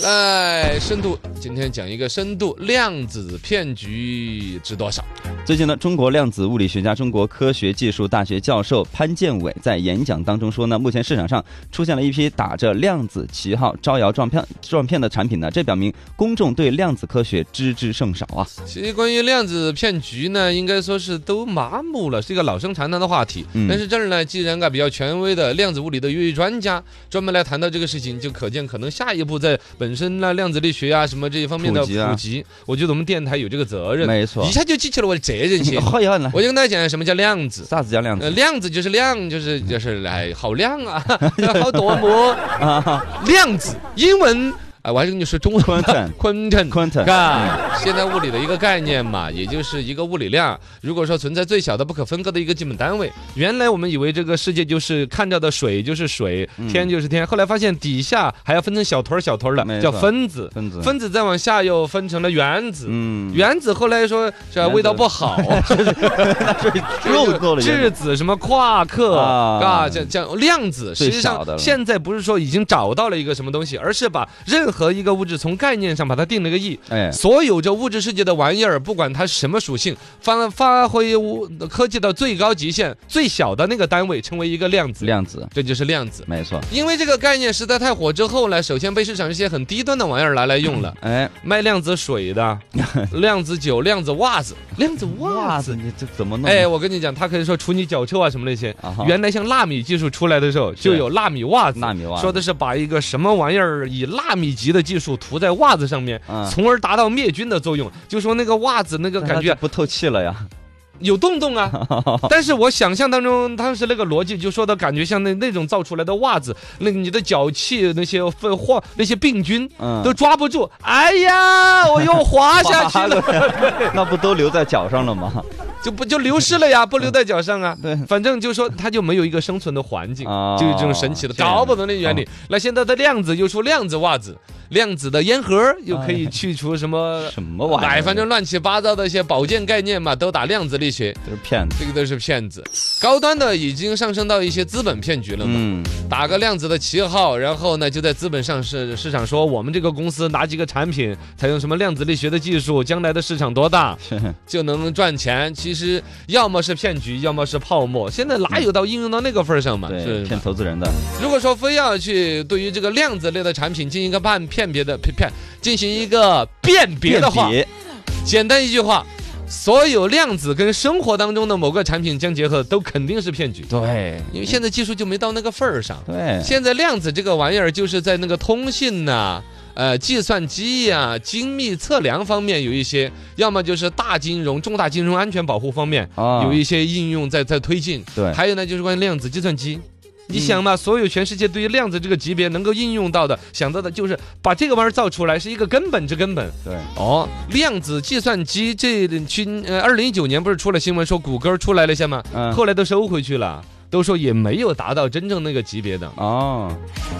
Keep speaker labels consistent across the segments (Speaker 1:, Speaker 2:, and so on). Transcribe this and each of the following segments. Speaker 1: 来，深度，今天讲一个深度量子骗局值多少？
Speaker 2: 最近呢，中国量子物理学家、中国科学技术大学教授潘建伟在演讲当中说呢，目前市场上出现了一批打着量子旗号招摇撞骗、撞骗的产品呢，这表明公众对量子科学知之甚少 啊。
Speaker 1: 其实关于量子骗局呢，应该说是都麻木了，是一个老生常谈的话题。
Speaker 2: 嗯
Speaker 1: 但是这儿呢，既然个比较权威的量子物理的一位专家专门来谈到这个事情，就可见可能下一步在本身呢量子力学啊什么这一方面的
Speaker 2: 普及啊
Speaker 1: 普及，我觉得我们电台有这个责任，
Speaker 2: 没错
Speaker 1: 一下就激起了我的责任心。
Speaker 2: 好哎呀，呢，
Speaker 1: 我就跟大家讲什么叫量子。
Speaker 2: 啥子叫量
Speaker 1: 呃，
Speaker 2: 子？
Speaker 1: 量子就是量，就是就是哎，好亮啊， 好夺目
Speaker 2: 啊
Speaker 1: 量子英文啊，我还是跟你说中文
Speaker 2: Quantum
Speaker 1: ，quantum。
Speaker 2: quantum
Speaker 1: 啊，现代物理的一个概念嘛，也就是一个物理量。如果说存在最小的不可分割的一个基本单位，原来我们以为这个世界就是看到的水就是水，
Speaker 2: 嗯
Speaker 1: 天就是天，后来发现底下还要分成小坨儿小坨儿
Speaker 2: 没
Speaker 1: 了，叫
Speaker 2: 错
Speaker 1: 分子。
Speaker 2: 分子，
Speaker 1: 分子再往下又分成了原子，
Speaker 2: 嗯，
Speaker 1: 原子后来说这
Speaker 2: 原子
Speaker 1: 味道不 好，
Speaker 2: 肉做了原
Speaker 1: 质
Speaker 2: 子，
Speaker 1: 子什么夸克
Speaker 2: 啊
Speaker 1: 啊，这这量子，实
Speaker 2: 最
Speaker 1: 际
Speaker 2: 小
Speaker 1: 上
Speaker 2: 的了
Speaker 1: 现在不是说已经找到了一个什么东西，而是把任何一个物质从概念上把它定了个义。
Speaker 2: 哎，
Speaker 1: 所有这物质世界的玩意儿，不管它是什么属性，发发挥物科技到最高极限，最小的那个单位成为一个量子，
Speaker 2: 量子，
Speaker 1: 这就是量子。
Speaker 2: 没错，
Speaker 1: 因为这个概念实在太火之后呢，首先被市场这些很低端的玩意儿拿来用了，
Speaker 2: 哎，
Speaker 1: 卖量子水的、 量子酒、量子袜子、量子袜
Speaker 2: 哇
Speaker 1: 子
Speaker 2: 塞，。你这怎么弄？
Speaker 1: 哎，我跟你讲，他可以说除你脚臭啊什么那些。
Speaker 2: 啊哈
Speaker 1: 原来像纳米技术出来的时候，就有纳米袜子。
Speaker 2: 纳米袜子
Speaker 1: 说的是把一个什么玩意儿以纳米级的技术涂在袜子上面，
Speaker 2: 嗯
Speaker 1: 从而达到灭菌的作用。就说那个袜子那个
Speaker 2: 那
Speaker 1: 感
Speaker 2: 它
Speaker 1: 觉
Speaker 2: 就不透气了呀，
Speaker 1: 有洞洞 啊，但是我想象当中当时那个逻辑就说的感觉像那那种造出来的袜子，那你的脚气那些粪化那些病菌。
Speaker 2: 嗯，
Speaker 1: 都抓不住，哎呀，我又滑下 去了，
Speaker 2: 了，那不都留在脚上了吗？
Speaker 1: 就不就流失了呀，不留在脚上啊。
Speaker 2: 对
Speaker 1: 反正就说它就没有一个生存的环境，
Speaker 2: 哦
Speaker 1: 就是这种神奇的
Speaker 2: 这样啊
Speaker 1: 搞不懂的原理。那现在的量子又出量子袜子，量子的烟盒儿又可以去除什么？
Speaker 2: 什么玩意儿？
Speaker 1: 哎，反正乱七八糟的一些保健概念嘛，都打量子力学，
Speaker 2: 就是骗子。
Speaker 1: 这个都是骗子。高端的已经上升到一些资本骗局了嘛。
Speaker 2: 嗯，
Speaker 1: 打个量子的旗号，然后呢，就在资本上市市场说我们这个公司哪几个产品采用什么量子力学的技术，将来的市场多大
Speaker 2: 是
Speaker 1: 就能赚钱。其实要么是骗局，要么是泡沫。现在哪有到应用到那个份儿上嘛？
Speaker 2: 对，
Speaker 1: 啊是
Speaker 2: 骗
Speaker 1: 吧。
Speaker 2: 投资人的。
Speaker 1: 如果说非要去对于这个量子类的产品进行一个判骗别的骗骗进行一个辨别的话，
Speaker 2: 别
Speaker 1: 简单一句话。所有量子跟生活当中的某个产品相结合，都肯定是骗局，
Speaker 2: 对
Speaker 1: 因为现在技术就没到那个份儿上。
Speaker 2: 对，
Speaker 1: 现在量子这个玩意儿，就是在那个通信呐、呃，计算机呀、精密测量方面有一些，要么就是大金融、重大金融安全保护方面
Speaker 2: 啊
Speaker 1: 有一些应用在在推进，
Speaker 2: 对
Speaker 1: 还有呢就是关于量子计算机。你
Speaker 2: 嗯
Speaker 1: 想嘛，所有全世界对于量子这个级别能够应用到的、想到的，就是把这个玩意儿造出来是一个根本之根本。
Speaker 2: 对，
Speaker 1: 哦，量子计算机这去呃，二零一九年不是出了新闻说谷歌出来了一下吗？
Speaker 2: 嗯
Speaker 1: 后来都收回去了，都说也没有达到真正那个级别的。
Speaker 2: 哦，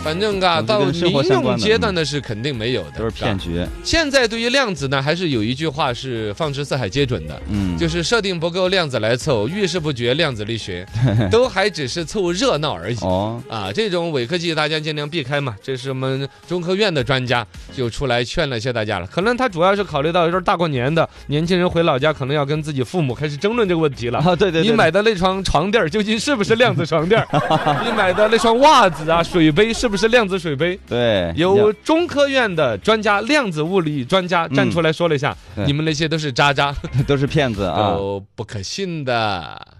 Speaker 1: 反正嘎，
Speaker 2: 总之
Speaker 1: 到
Speaker 2: 跟生活
Speaker 1: 民
Speaker 2: 相关
Speaker 1: 用
Speaker 2: 的嗯
Speaker 1: 阶段的是肯定没有的，
Speaker 2: 都是骗
Speaker 1: 嘎。
Speaker 2: 局。
Speaker 1: 现在对于量子呢，还是有一句话是放之四海皆准的。
Speaker 2: 嗯，
Speaker 1: 就是设定不够，量子来凑；遇事不决，量子力 学，都还只是凑热闹而已
Speaker 2: 哦，
Speaker 1: 啊！这种伪科技大家尽量避开嘛。这是我们中科院的专家就出来劝了一下大家了。可能他主要是考虑到，就是大过年的，年轻人回老家可能要跟自己父母开始争论这个问题了。
Speaker 2: 啊，对对，对
Speaker 1: 你买的那床床垫儿究竟是不是量子床垫儿？ 你买的那双袜子啊、水杯是不是量子水杯？
Speaker 2: 对
Speaker 1: 由中科院的专家、量子物理专家站出来说了一下，
Speaker 2: 嗯嗯对
Speaker 1: 你们那些都是渣渣，
Speaker 2: 要都是骗子啊。
Speaker 1: 都不可信的。